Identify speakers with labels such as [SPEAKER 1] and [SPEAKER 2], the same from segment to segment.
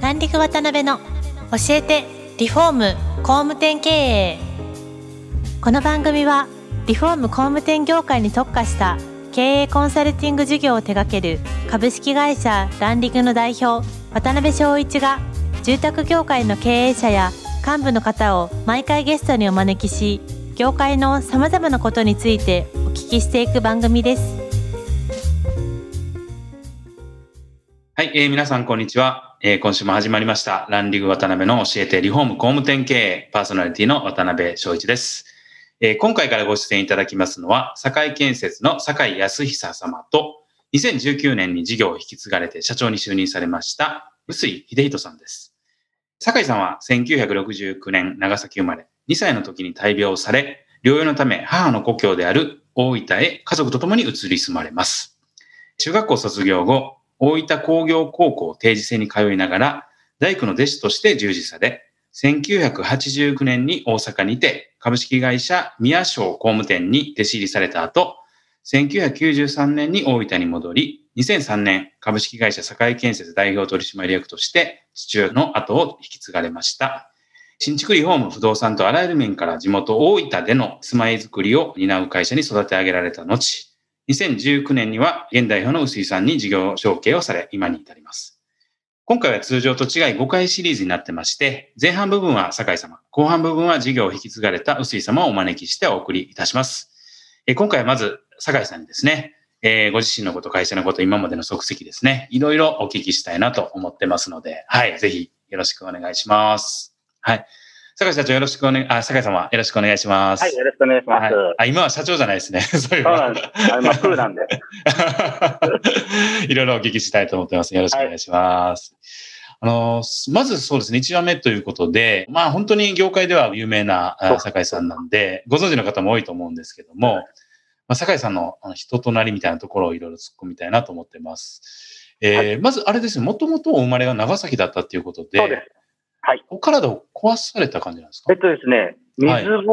[SPEAKER 1] 三陸渡辺の教えてリフォーム工務店経営この番組はリフォーム工務店業界に特化した経営コンサルティング事業を手掛ける株式会社ランリグの代表渡辺翔一が住宅業界の経営者や幹部の方を毎回ゲストにお招きし業界のさまざまなことについてお聞きしていく番組です。
[SPEAKER 2] はい、えー皆さん、こんにちは、えー今週も始まりました。ランリング渡辺の教えてリフォーム工務店経営パーソナリティの渡辺翔一です、えー今回からご出演いただきますのは、堺建設の堺康久様と、2019年に事業を引き継がれて社長に就任されました、臼井秀人さんです。堺さんは1969年長崎生まれ、2歳の時に大病をされ、療養のため母の故郷である大分へ家族と共に移り住まれます。中学校卒業後、大分工業高校定時制に通いながら、大工の弟子として従事され、1989年に大阪にて株式会社宮商工務店に弟子入りされた後、1993年に大分に戻り、2003年株式会社堺建設代表取締役として父親の後を引き継がれました。新築リフォーム、不動産とあらゆる面から地元大分での住まいづくりを担う会社に育て上げられた後、2019年には現代表の臼井さんに事業承継をされ、今に至ります。今回は通常と違い5回シリーズになってまして、前半部分は酒井様、後半部分は事業を引き継がれた臼井様をお招きしてお送りいたします。えー今回はまず酒井さんにですね、えーご自身のこと、会社のこと、今までの足跡ですね、いろいろお聞きしたいなと思ってますので、はい、ぜひよろしくお願いします。はい。酒井社長よろしくお願い、あ、酒井様よろしくお願いします。
[SPEAKER 3] はい、よろしくお願いします。
[SPEAKER 2] はいあ今は社長じゃないですね。 そうい
[SPEAKER 3] そう
[SPEAKER 2] うの
[SPEAKER 3] なんです。あれ、まあ、プ ーなんで。
[SPEAKER 2] いろいろお聞きしたいと思ってます。よろしくお願いします。あの、まずそうですね、1話目ということで、まあ本当に業界では有名な
[SPEAKER 3] そ
[SPEAKER 2] あ
[SPEAKER 3] う
[SPEAKER 2] 酒井さんなんで、ご存知の方も多いと思うんですけども、まあ、酒井さんのあの人となりみたいなところをいろいろ突っ込みたいなと思ってます。えーまずあれですね、もともとお生まれが長崎だったっていうことで、
[SPEAKER 3] そうです。
[SPEAKER 2] お体を壊された感じなんです
[SPEAKER 3] え
[SPEAKER 2] か
[SPEAKER 3] っとですね、水疱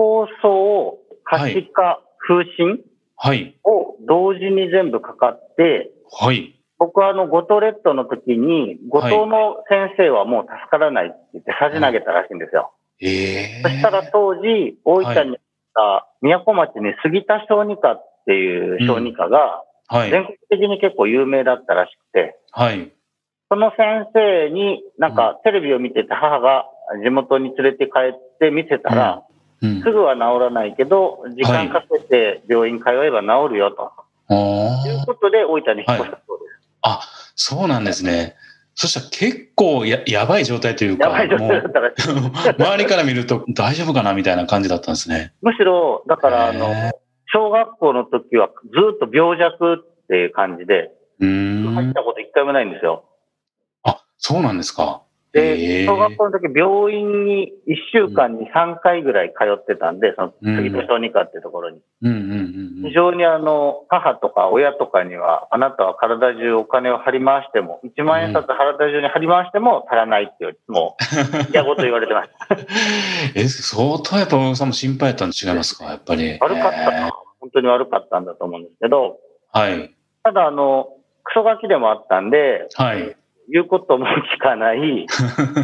[SPEAKER 3] 瘡、可視化、風疹
[SPEAKER 2] はい。
[SPEAKER 3] を同時に全部かかって、
[SPEAKER 2] はい。
[SPEAKER 3] 僕はあの、五島列島の時に、五島の先生はもう助からないって言って、さじ投げたらしいんですよ。
[SPEAKER 2] ええ
[SPEAKER 3] そしたら当時、大分にあった、宮古町に杉田小児科っていう小児科が、
[SPEAKER 2] はい。
[SPEAKER 3] 全国的に結構有名だったらしくて、
[SPEAKER 2] はい。
[SPEAKER 3] その先生に、なんかテレビを見てて母が地元に連れて帰って見てたら、
[SPEAKER 2] うん
[SPEAKER 3] す。ぐは治らないけど、時間かけて病院通えば治るよと。
[SPEAKER 2] あ
[SPEAKER 3] い、
[SPEAKER 2] ー
[SPEAKER 3] うことで、大分に引っ越したそうです。
[SPEAKER 2] あ、そうなんですね。そしたら結構ややばい状態というか、
[SPEAKER 3] やばい状態だったらしい、
[SPEAKER 2] もう周りから見ると大丈夫かなみたいな感じだったんですね。
[SPEAKER 3] むしろ、だから、あ
[SPEAKER 2] へー
[SPEAKER 3] の、小学校の時はずっと病弱っていう感じで、
[SPEAKER 2] う
[SPEAKER 3] 入
[SPEAKER 2] ー
[SPEAKER 3] っ
[SPEAKER 2] ん。
[SPEAKER 3] たこと一回もないんですよ。
[SPEAKER 2] あ、そうなんですか。へ
[SPEAKER 3] で、
[SPEAKER 2] ー
[SPEAKER 3] 小学校の時、病院に1週間に3回ぐらい通ってたんで、その次と小児科っていうところに。
[SPEAKER 2] うんうんうんう
[SPEAKER 3] 非
[SPEAKER 2] ん。
[SPEAKER 3] 常にあの、母とか親とかには、あなたは体中お金を張り回しても、1万円札体中に張り回しても足らないっていう、いつも、 嫌ごと言われてました。
[SPEAKER 2] え、相当やっぱ親御さんも心配やったん違いますかやっぱり。
[SPEAKER 3] 悪かった
[SPEAKER 2] えー
[SPEAKER 3] な。本当に悪かったんだと思うんですけど、
[SPEAKER 2] はい。
[SPEAKER 3] ただあの、クソガキでもあったんで、
[SPEAKER 2] はい。
[SPEAKER 3] 言うことも聞 かない。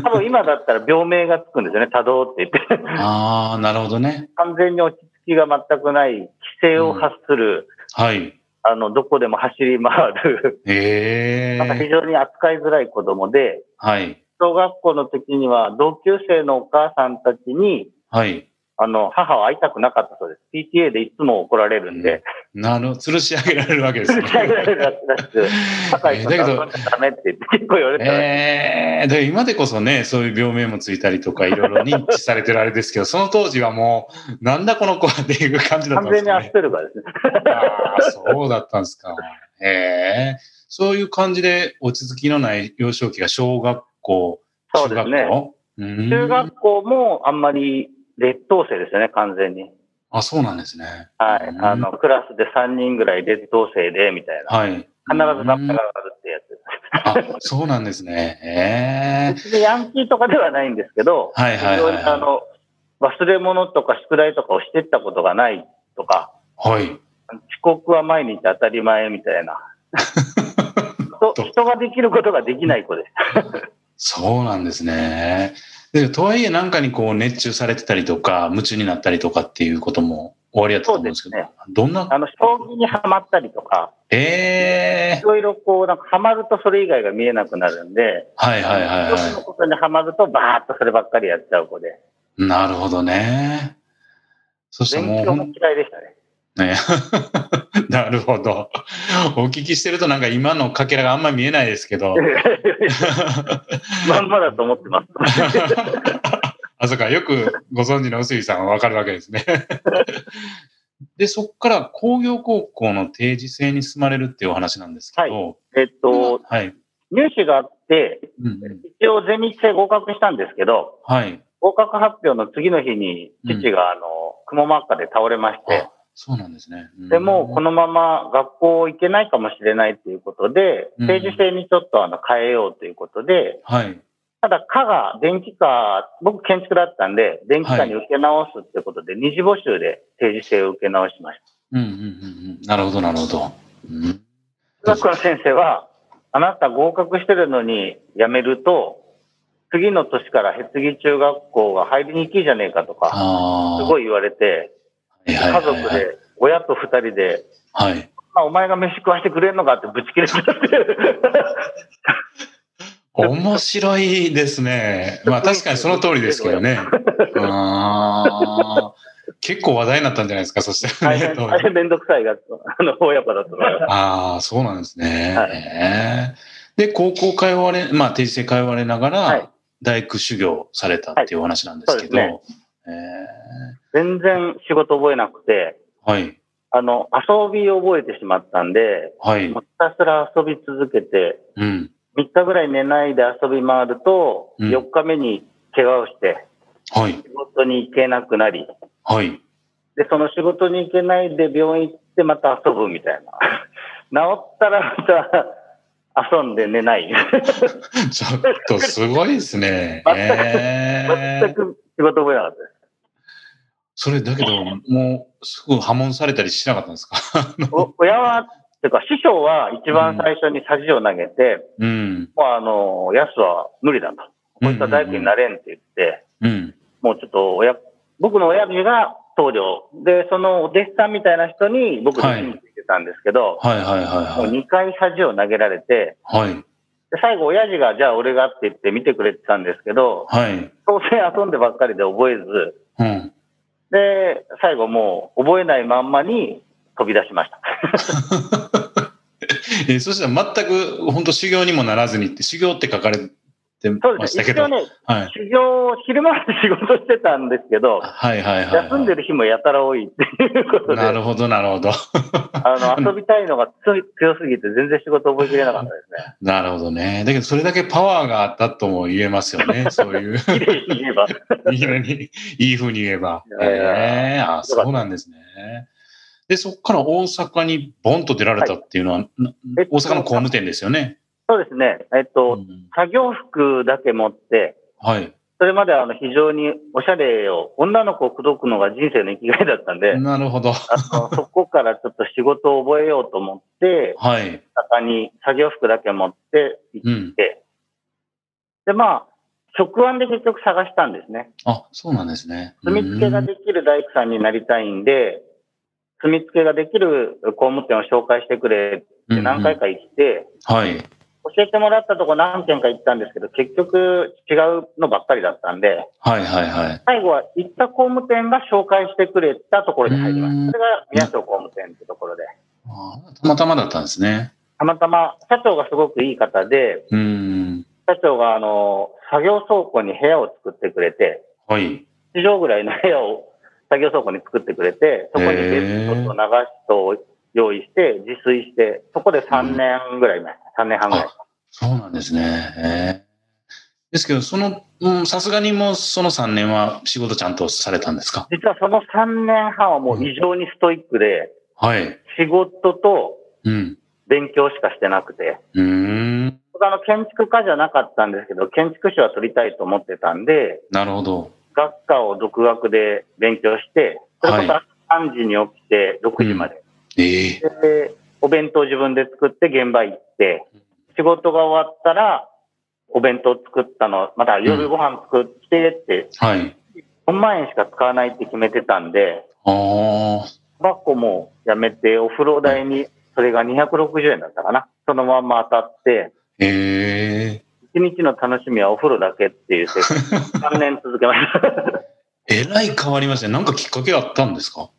[SPEAKER 3] 多分今だったら病名がつくんですよね、多動って言って。
[SPEAKER 2] ああ、なるほどね。
[SPEAKER 3] 完全に落ち着きが全くない、規制を発する、
[SPEAKER 2] はい。
[SPEAKER 3] あの、どこでも走り回る、
[SPEAKER 2] え
[SPEAKER 3] なんか非
[SPEAKER 2] え。
[SPEAKER 3] 常に扱いづらい子供で、
[SPEAKER 2] はい。
[SPEAKER 3] 小学校の時には同級生のお母さんたちに、
[SPEAKER 2] はい。
[SPEAKER 3] あの、母は会いたくなかったそうです。PTA でいつも怒られるんで、
[SPEAKER 2] なる、吊るし上げられるわけです
[SPEAKER 3] 打
[SPEAKER 2] ね。
[SPEAKER 3] ち上げられるらしいです。酒井
[SPEAKER 2] えー
[SPEAKER 3] さ
[SPEAKER 2] だ
[SPEAKER 3] ん
[SPEAKER 2] け
[SPEAKER 3] が
[SPEAKER 2] ど
[SPEAKER 3] 遊んじゃダメって言って結構言われたらしい、
[SPEAKER 2] ええで今でこそね、そういう病名もついたりとか、いろいろ認知されてるあれですけど、その当時はもう、なんだこの子はっていう感じだったん
[SPEAKER 3] 完
[SPEAKER 2] で
[SPEAKER 3] 全
[SPEAKER 2] す
[SPEAKER 3] に
[SPEAKER 2] か
[SPEAKER 3] アス
[SPEAKER 2] ね。
[SPEAKER 3] ペルガーですね。
[SPEAKER 2] ああ、そうだったんですか。ええそういう感じで落ち着きのない幼少期が小学校、
[SPEAKER 3] そう
[SPEAKER 2] 中
[SPEAKER 3] で
[SPEAKER 2] 学
[SPEAKER 3] すね。
[SPEAKER 2] 校、うん
[SPEAKER 3] 中学校もあんまり劣等生ですよね、完全に。
[SPEAKER 2] あ、そうなんですね。
[SPEAKER 3] はい。
[SPEAKER 2] うん
[SPEAKER 3] あの、クラスで3人ぐらい劣等生で、みたいな。
[SPEAKER 2] はい。
[SPEAKER 3] 必ずナッ
[SPEAKER 2] う
[SPEAKER 3] パ
[SPEAKER 2] ん
[SPEAKER 3] が上がるってやつ。
[SPEAKER 2] あ、そうなんですね。ええ
[SPEAKER 3] 別にヤンキーとかではないんですけど、
[SPEAKER 2] はいはいはいはい
[SPEAKER 3] 非常にあの、忘れ物とか宿題とかをしてったことがないとか、
[SPEAKER 2] はい。
[SPEAKER 3] 遅刻は毎日当 たり前みたいな。と人ができることができない子です。
[SPEAKER 2] そうなんですね。でとはいえ、なんかにこう熱中されてたりとか、夢中になったりとかっていうことも終わりだったと思うんですけど、
[SPEAKER 3] そうで
[SPEAKER 2] どんな、
[SPEAKER 3] あの、将棋にはまったりとか、
[SPEAKER 2] ええ
[SPEAKER 3] いろいろこう、なんかハマるとそれ以外が見えなくなるんで、
[SPEAKER 2] はいはいはい
[SPEAKER 3] 一つ
[SPEAKER 2] は
[SPEAKER 3] のことにハマるとバーっとそればっかりやっちゃう子で、
[SPEAKER 2] い。なるほどね。そしても
[SPEAKER 3] 勉
[SPEAKER 2] う
[SPEAKER 3] 強
[SPEAKER 2] ほ
[SPEAKER 3] も
[SPEAKER 2] ん、
[SPEAKER 3] 嫌いでしたね。
[SPEAKER 2] ね、 なるほど。お聞きしてるとなんか今のかけらがあんま見えないです けど。
[SPEAKER 3] まんまだと思ってます。
[SPEAKER 2] あ、そうか、よくご存知の臼井さんはわかるわけですね。 で、そこから工業高校の定時制に進まれるっていうお話なんですけど、
[SPEAKER 3] えっと、
[SPEAKER 2] はい。はい。
[SPEAKER 3] 入試があって、
[SPEAKER 2] うんうん、
[SPEAKER 3] 一応ゼミ生合格したんですけど、
[SPEAKER 2] はい。
[SPEAKER 3] 合格発表の次の日に、父があの、くも膜下で倒れまして
[SPEAKER 2] あ、そうなんですね。うん
[SPEAKER 3] でも、このまま学校行けないかもしれないということで、
[SPEAKER 2] うん
[SPEAKER 3] 定時制にちょっとあの変えようということで、
[SPEAKER 2] はい。
[SPEAKER 3] ただ、科が電気科、僕建築だったんで、電気科に受け直すってことで、二次募集で定時制を受け直しまし
[SPEAKER 2] うん
[SPEAKER 3] た。
[SPEAKER 2] うんうんうん。なるほど、なるほど。うん、
[SPEAKER 3] 学科の先生は、あなた合格してるのに辞めると、次の年からへつぎ中学校が入りにくいじゃねえかとか、
[SPEAKER 2] ああ。
[SPEAKER 3] すご
[SPEAKER 2] い。
[SPEAKER 3] い言われて、家族
[SPEAKER 2] はい
[SPEAKER 3] で、親と二人で、
[SPEAKER 2] はい、はい。
[SPEAKER 3] まあ、お前が飯食わしてくれんのかってぶち切れち ゃって。
[SPEAKER 2] 面白いですね。まあ確かにその通りですけど ね。あー結構話題になったんじゃないですか、そしたら
[SPEAKER 3] 大
[SPEAKER 2] ね
[SPEAKER 3] 変、。大変めんどくさいが、あの、親子だと思います。
[SPEAKER 2] ああ、そうなんですね。
[SPEAKER 3] はい
[SPEAKER 2] ええで、高校通われ、まあ、定時制通われながら、
[SPEAKER 3] はい
[SPEAKER 2] 大工修行されたっていうお話なんですけど、
[SPEAKER 3] はいそ
[SPEAKER 2] え
[SPEAKER 3] 全然仕事覚えなくて、
[SPEAKER 2] えはい、
[SPEAKER 3] あの、遊びを覚えてしまったんで、
[SPEAKER 2] はい
[SPEAKER 3] も、うひたすら遊び続けて、
[SPEAKER 2] うん、
[SPEAKER 3] 3日ぐらい寝ないで遊び回ると、
[SPEAKER 2] うん
[SPEAKER 3] 4日目に怪我をして、
[SPEAKER 2] はい、
[SPEAKER 3] 仕事に行けなくなり、
[SPEAKER 2] はい。
[SPEAKER 3] で、その仕事に行けないで病院行ってまた遊ぶみたいな。 治ったらまた遊んで寝ない。
[SPEAKER 2] ちょっとすごいですね。
[SPEAKER 3] 全く
[SPEAKER 2] え
[SPEAKER 3] 全
[SPEAKER 2] え
[SPEAKER 3] く仕事覚えなかったです。
[SPEAKER 2] それだけど、もう、すぐ破門されたりしなかったんですか
[SPEAKER 3] お親は、てか師匠は一番最初にさじを投げて、
[SPEAKER 2] うん。
[SPEAKER 3] もうあの、やすは無理だと。こういった大工になれんって言って、
[SPEAKER 2] うん。
[SPEAKER 3] もうちょっと親、僕の親父が棟梁。で、そのお弟子さんみたいな人に僕のについてたんですけど、
[SPEAKER 2] はいはいはいは
[SPEAKER 3] もう
[SPEAKER 2] い。
[SPEAKER 3] 2回恥を投げられて、
[SPEAKER 2] はい。
[SPEAKER 3] で最後、親父が、じゃあ俺がって言って見てくれてたんですけど、
[SPEAKER 2] はい。
[SPEAKER 3] 当然遊んでばっかりで覚えず、
[SPEAKER 2] うん。
[SPEAKER 3] で、最後もう覚えないまんまに飛び出しました。
[SPEAKER 2] えそしたら全く本当修行にもならずにって、修行って書かれて
[SPEAKER 3] そう
[SPEAKER 2] ま
[SPEAKER 3] で
[SPEAKER 2] し
[SPEAKER 3] すね。
[SPEAKER 2] たけ
[SPEAKER 3] 一
[SPEAKER 2] ど。
[SPEAKER 3] 応ね、
[SPEAKER 2] はい。
[SPEAKER 3] 修行、昼間まで仕事してたんですけど、
[SPEAKER 2] はいはいはい、はい。
[SPEAKER 3] 休んでる日もやたら多いっていうことで、
[SPEAKER 2] なるほど、なるほど。
[SPEAKER 3] あの、遊びたいのが強い強すぎて全然仕事覚えきれなかったで
[SPEAKER 2] なるほどね。だけど、それだけパワーがあったとも言えますよ ね。そういう、
[SPEAKER 3] すね。綺麗に言えば。
[SPEAKER 2] いいようにいい風に言えば。
[SPEAKER 3] いやいや
[SPEAKER 2] ええあ、そうなんですね。で、そこから大阪にボンと出られたっていうのは、な
[SPEAKER 3] えっと
[SPEAKER 2] 大阪の工務店ですよね。
[SPEAKER 3] そうですね。えっと、
[SPEAKER 2] うん
[SPEAKER 3] 作業服だけ持って、
[SPEAKER 2] はい。
[SPEAKER 3] それまであの非常におしゃれを、女の子を口説くのが人生の生きがいだったんで、
[SPEAKER 2] なるほど。
[SPEAKER 3] あのそこからちょっと仕事を覚えようと思って、
[SPEAKER 2] はい。
[SPEAKER 3] 大阪に作業服だけ持って行っ
[SPEAKER 2] うん。
[SPEAKER 3] て、で、まあ、職案で結局探したんですね。
[SPEAKER 2] あ、そうなんですね。
[SPEAKER 3] 積み付けができる大工さんになりたいんで、積み付けができる工務店を紹介してくれって何回
[SPEAKER 2] か。
[SPEAKER 3] か行って、
[SPEAKER 2] はい。
[SPEAKER 3] 教えてもらったとこ何軒か行ったんですけど、結局違うのばっかりだったんで、
[SPEAKER 2] はいはいはい。
[SPEAKER 3] 最後は行った工務店が紹介してくれたところに入りまし
[SPEAKER 2] う
[SPEAKER 3] た。
[SPEAKER 2] ん
[SPEAKER 3] それが宮町工務店ってところで。
[SPEAKER 2] あーたまたまだったんですね。
[SPEAKER 3] たまたま社長がすごくいい方で、
[SPEAKER 2] うん。
[SPEAKER 3] 社長があの、作業倉庫に部屋を作ってくれて、
[SPEAKER 2] はい。
[SPEAKER 3] 地上ぐらいの部屋を作業倉庫に作ってくれて、そこにベッドと流しとを用意して、自炊して、そこで3年ぐらい前、3年半ぐらい。
[SPEAKER 2] そうなんですね。えーですけど、その、うんさすがにもうその3年は仕事ちゃんとされたんですか
[SPEAKER 3] 実はその3年半はもう異常にストイックで、
[SPEAKER 2] はい。
[SPEAKER 3] 仕事と
[SPEAKER 2] うん。
[SPEAKER 3] 勉強しかしてなくて、
[SPEAKER 2] うーん。
[SPEAKER 3] 僕あの建築家じゃなかったんですけど、建築士は取りたいと思ってたんで、
[SPEAKER 2] なるほど。
[SPEAKER 3] 学科を独学で勉強して、それこ
[SPEAKER 2] は
[SPEAKER 3] そ3時に起きて6時まで。
[SPEAKER 2] ええ
[SPEAKER 3] で、お弁当自分で作って現場行って、仕事が終わったら、工お弁当作ったの、また夜ご飯作ってって、
[SPEAKER 2] はい。
[SPEAKER 3] 4万円しか使わないって決めてたんで、
[SPEAKER 2] ああ。
[SPEAKER 3] タバコもやめて、お風呂代に、それが260円だったかな。そのまんま当たって、
[SPEAKER 2] え
[SPEAKER 3] 一日の楽しみはお風呂だけっていう生活、3年 続けました。
[SPEAKER 2] ええらい変わりましたね。なんかきっかけがあったんですか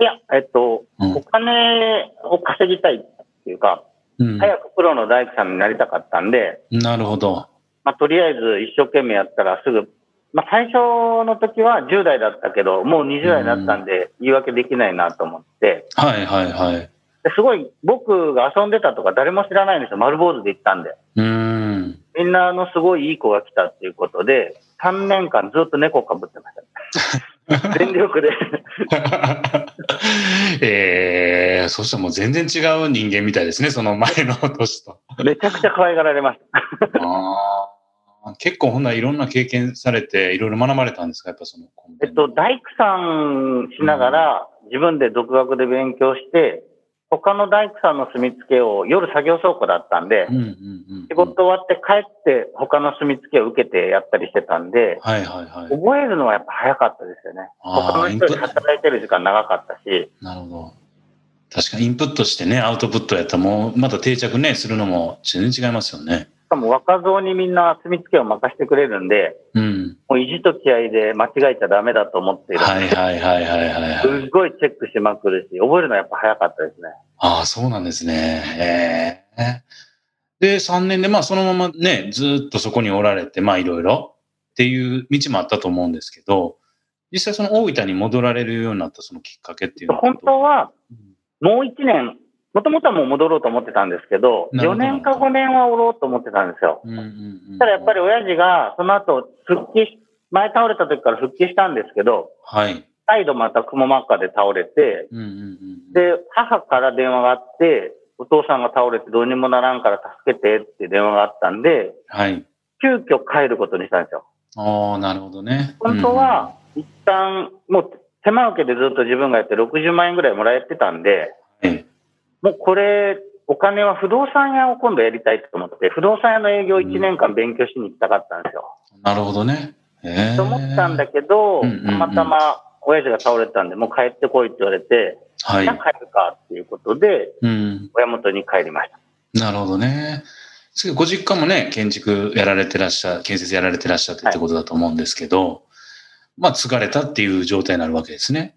[SPEAKER 3] いや、えっと、
[SPEAKER 2] うん
[SPEAKER 3] お金を稼ぎたいっていうか、
[SPEAKER 2] うん。
[SPEAKER 3] 早くプロの大工さんになりたかったんで、
[SPEAKER 2] なるほど。
[SPEAKER 3] まあ、とりあえず一生懸命やったらすぐ、まあ、最初の時は10代だったけど、もう20代になったんで、言い訳できないなと思って、
[SPEAKER 2] はいはいはい。
[SPEAKER 3] ですごい僕が遊んでたとか誰も知らないんですよ。丸坊主で行ったんで。
[SPEAKER 2] うーん。
[SPEAKER 3] みんなあのすごいいい子が来たっていうことで、3年間ずっと猫かぶってま した。全力で。
[SPEAKER 2] ええそしたらもう全然違う人間みたいですね、その前の年と。
[SPEAKER 3] めちゃくちゃ可愛がられました。
[SPEAKER 2] ああ。結構ほんならいろんな経験されて、いろいろ学ばれたんですかやっぱその。
[SPEAKER 3] えっと、大工さんしながら自分で独学で勉強して、他の大工さんの住み付けを夜作業倉庫だったんで
[SPEAKER 2] う、んうんうんうん。
[SPEAKER 3] 仕事終わって帰って他の住み付けを受けてやったりしてたんで、
[SPEAKER 2] はいはいはい。
[SPEAKER 3] 覚えるのはやっぱ早かったですよね。他
[SPEAKER 2] あ
[SPEAKER 3] の
[SPEAKER 2] あ、イン
[SPEAKER 3] 人
[SPEAKER 2] プ
[SPEAKER 3] に働いてる時間長かったし、
[SPEAKER 2] なるほど。確かにインプットしてね、アウトプットやったらもう、また定着ね、するのも全然違いますよね。
[SPEAKER 3] しかも若造にみんな住み付けを任せてくれるんで、
[SPEAKER 2] うん。
[SPEAKER 3] もう意地と気合で間違えちゃダメだと思っている。
[SPEAKER 2] はいはいはいはいはいはい。
[SPEAKER 3] すっごいチェックしまくるし、覚えるのはやっぱ早かったですね。
[SPEAKER 2] ああ、そうなんですね。へえで、3年で、まあ、そのままね、ずっとそこにおられて、まあ、いろいろっていう道もあったと思うんですけど、実際、その大分に戻られるようになったそのきっかけっていうのは。
[SPEAKER 3] 本当は
[SPEAKER 2] うん
[SPEAKER 3] もう1年、もともとはもう戻ろうと思ってたんですけど、
[SPEAKER 2] なるほ
[SPEAKER 3] 4
[SPEAKER 2] ど
[SPEAKER 3] 年か5年はおろうと思ってたんですよ。
[SPEAKER 2] うんうんうん。
[SPEAKER 3] ただやっぱり、親父が、その後、復帰し、前倒れた時から復帰したんですけど、
[SPEAKER 2] はい。
[SPEAKER 3] 再度また雲真っ赤で倒れて、
[SPEAKER 2] うんうんうん。
[SPEAKER 3] で、母から電話があって、お父さんが倒れてどうにもならんから助けてって電話があったんで、
[SPEAKER 2] はい。
[SPEAKER 3] 急遽帰ることにしたんですよ。
[SPEAKER 2] ああ、なるほどね。
[SPEAKER 3] 本当は、一旦、もう手間受けでずっと自分がやって60万円ぐらいもらえてたんで、
[SPEAKER 2] うんうん、ええ
[SPEAKER 3] もうこれ、お金は不動産屋を今度やりたいと思って、不動産屋の営業1年間勉強しに行きたかったんですよ。
[SPEAKER 2] なるほどね。ええ
[SPEAKER 3] と思ったんだけど、
[SPEAKER 2] うんうんうん
[SPEAKER 3] たまたま親父が倒れたんで、もう帰ってこいって言われて、
[SPEAKER 2] はい
[SPEAKER 3] じゃあ。帰るかっていうことで、
[SPEAKER 2] うん。
[SPEAKER 3] 親元に帰りました。
[SPEAKER 2] なるほどね。次ご実家もね、建築やられてらっしゃ、建設やられてらっしゃってってことだと思うんですけど、まあ、疲れたっていう状態になるわけですね。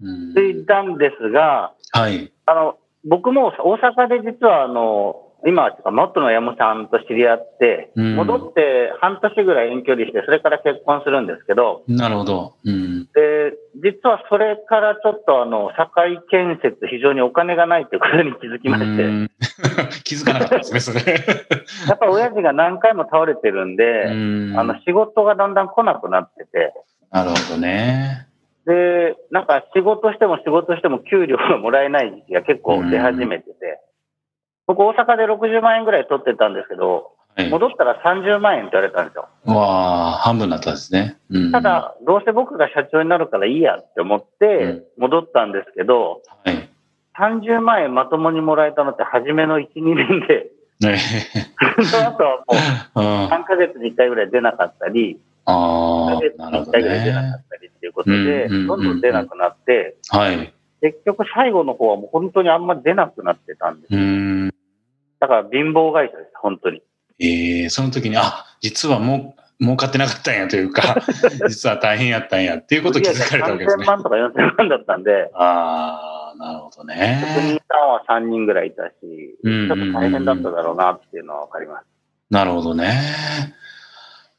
[SPEAKER 2] うん、
[SPEAKER 3] 着いたんですが、
[SPEAKER 2] はい。
[SPEAKER 3] あの、僕も大阪で実はあの、今はてか元の親御さんと知り合って、
[SPEAKER 2] うん
[SPEAKER 3] 戻って半年ぐらい遠距離して、それから結婚するんですけど、
[SPEAKER 2] なるほど。うん。
[SPEAKER 3] で、実はそれからちょっとあの、堺建設非常にお金がないということに気づきまして、
[SPEAKER 2] うん 気づかなかったですね、それ。
[SPEAKER 3] やっぱり親父が何回も倒れてるん
[SPEAKER 2] う
[SPEAKER 3] で、
[SPEAKER 2] ん。
[SPEAKER 3] あの、仕事がだんだん来なくなってて、
[SPEAKER 2] なるほどね。
[SPEAKER 3] で、なんか仕事しても仕事しても給料がもらえない時期が結構出始めてて、僕大阪で60万円ぐらい取ってたんですけど、
[SPEAKER 2] はい。
[SPEAKER 3] 戻ったら30万円って言われたんですよ。
[SPEAKER 2] うわあ半分になったんですね。うん。
[SPEAKER 3] た、だ、どうせ僕が社長になるからいいやって思って、戻ったんですけど、
[SPEAKER 2] はい。
[SPEAKER 3] 30万円まともにもらえたのって初めの1、2年で、
[SPEAKER 2] ね
[SPEAKER 3] その後はも
[SPEAKER 2] う
[SPEAKER 3] う
[SPEAKER 2] んあ
[SPEAKER 3] 3ヶ月に1回ぐらい出なかったり、1
[SPEAKER 2] あ
[SPEAKER 3] ヶ月、に
[SPEAKER 2] なるほ
[SPEAKER 3] 1
[SPEAKER 2] ど
[SPEAKER 3] 回ぐらい出なか
[SPEAKER 2] ね。
[SPEAKER 3] ったりっていうことで、
[SPEAKER 2] うんうんうんうん
[SPEAKER 3] どんどん出なくなって、
[SPEAKER 2] はい。
[SPEAKER 3] 結局最後の方はもう本当にあんま出なくなってたんです。
[SPEAKER 2] うん。
[SPEAKER 3] だから貧乏会社です、本当に。
[SPEAKER 2] えーその時に、あ、実はもう、儲かってなかったんやという か、実は大変やったんやっていうことを気づかれたわけです
[SPEAKER 3] 売上が
[SPEAKER 2] ね
[SPEAKER 3] 3000。万とか4000万だったんで、
[SPEAKER 2] ああ、なるほど
[SPEAKER 3] 職
[SPEAKER 2] ね
[SPEAKER 3] 人。さんは3人ぐらいいたし、
[SPEAKER 2] う
[SPEAKER 3] ち
[SPEAKER 2] ん
[SPEAKER 3] ょっと大変だっただろうなっていうのはわかります。
[SPEAKER 2] なるほどね。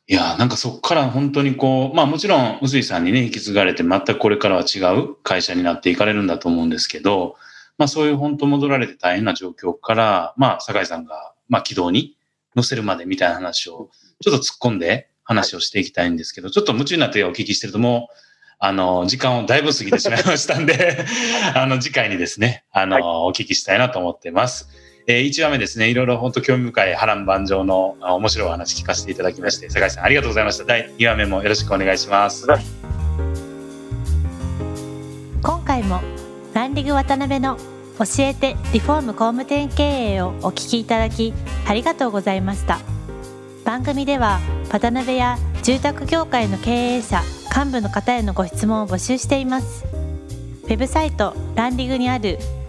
[SPEAKER 2] いや、なんかそっから本当にこう、まあもちろん、臼井さんにね、引き継がれて、全くこれからは違う会社になっていかれるんだと思うんですけど、まあそういう本当戻られて大変な状況から、まあ酒井さんが、まあ軌道に乗せるまでみたいな話を、ちょっと突っ込んで話をしていきたいんですけど、ちょっと夢中になってお聞きしてるともう、あの、時間をだいぶ過ぎてしまいましたんで、 あの、次回にですね、あの、
[SPEAKER 3] はい
[SPEAKER 2] お聞きしたいなと思ってます。えー、1話目ですね、いろいろ本当興味深い波乱万丈のあ面白いお話聞かせていただきまして、坂井さんありがとうございました。第2話目もよろしくお願いします。
[SPEAKER 1] 今回もランディング渡辺の教えてリフォーム工務店経営をお聞きいただきありがとうございました番組では渡辺や住宅業界の経営者幹部の方へのご質問を募集していますウェブサイトランディングにある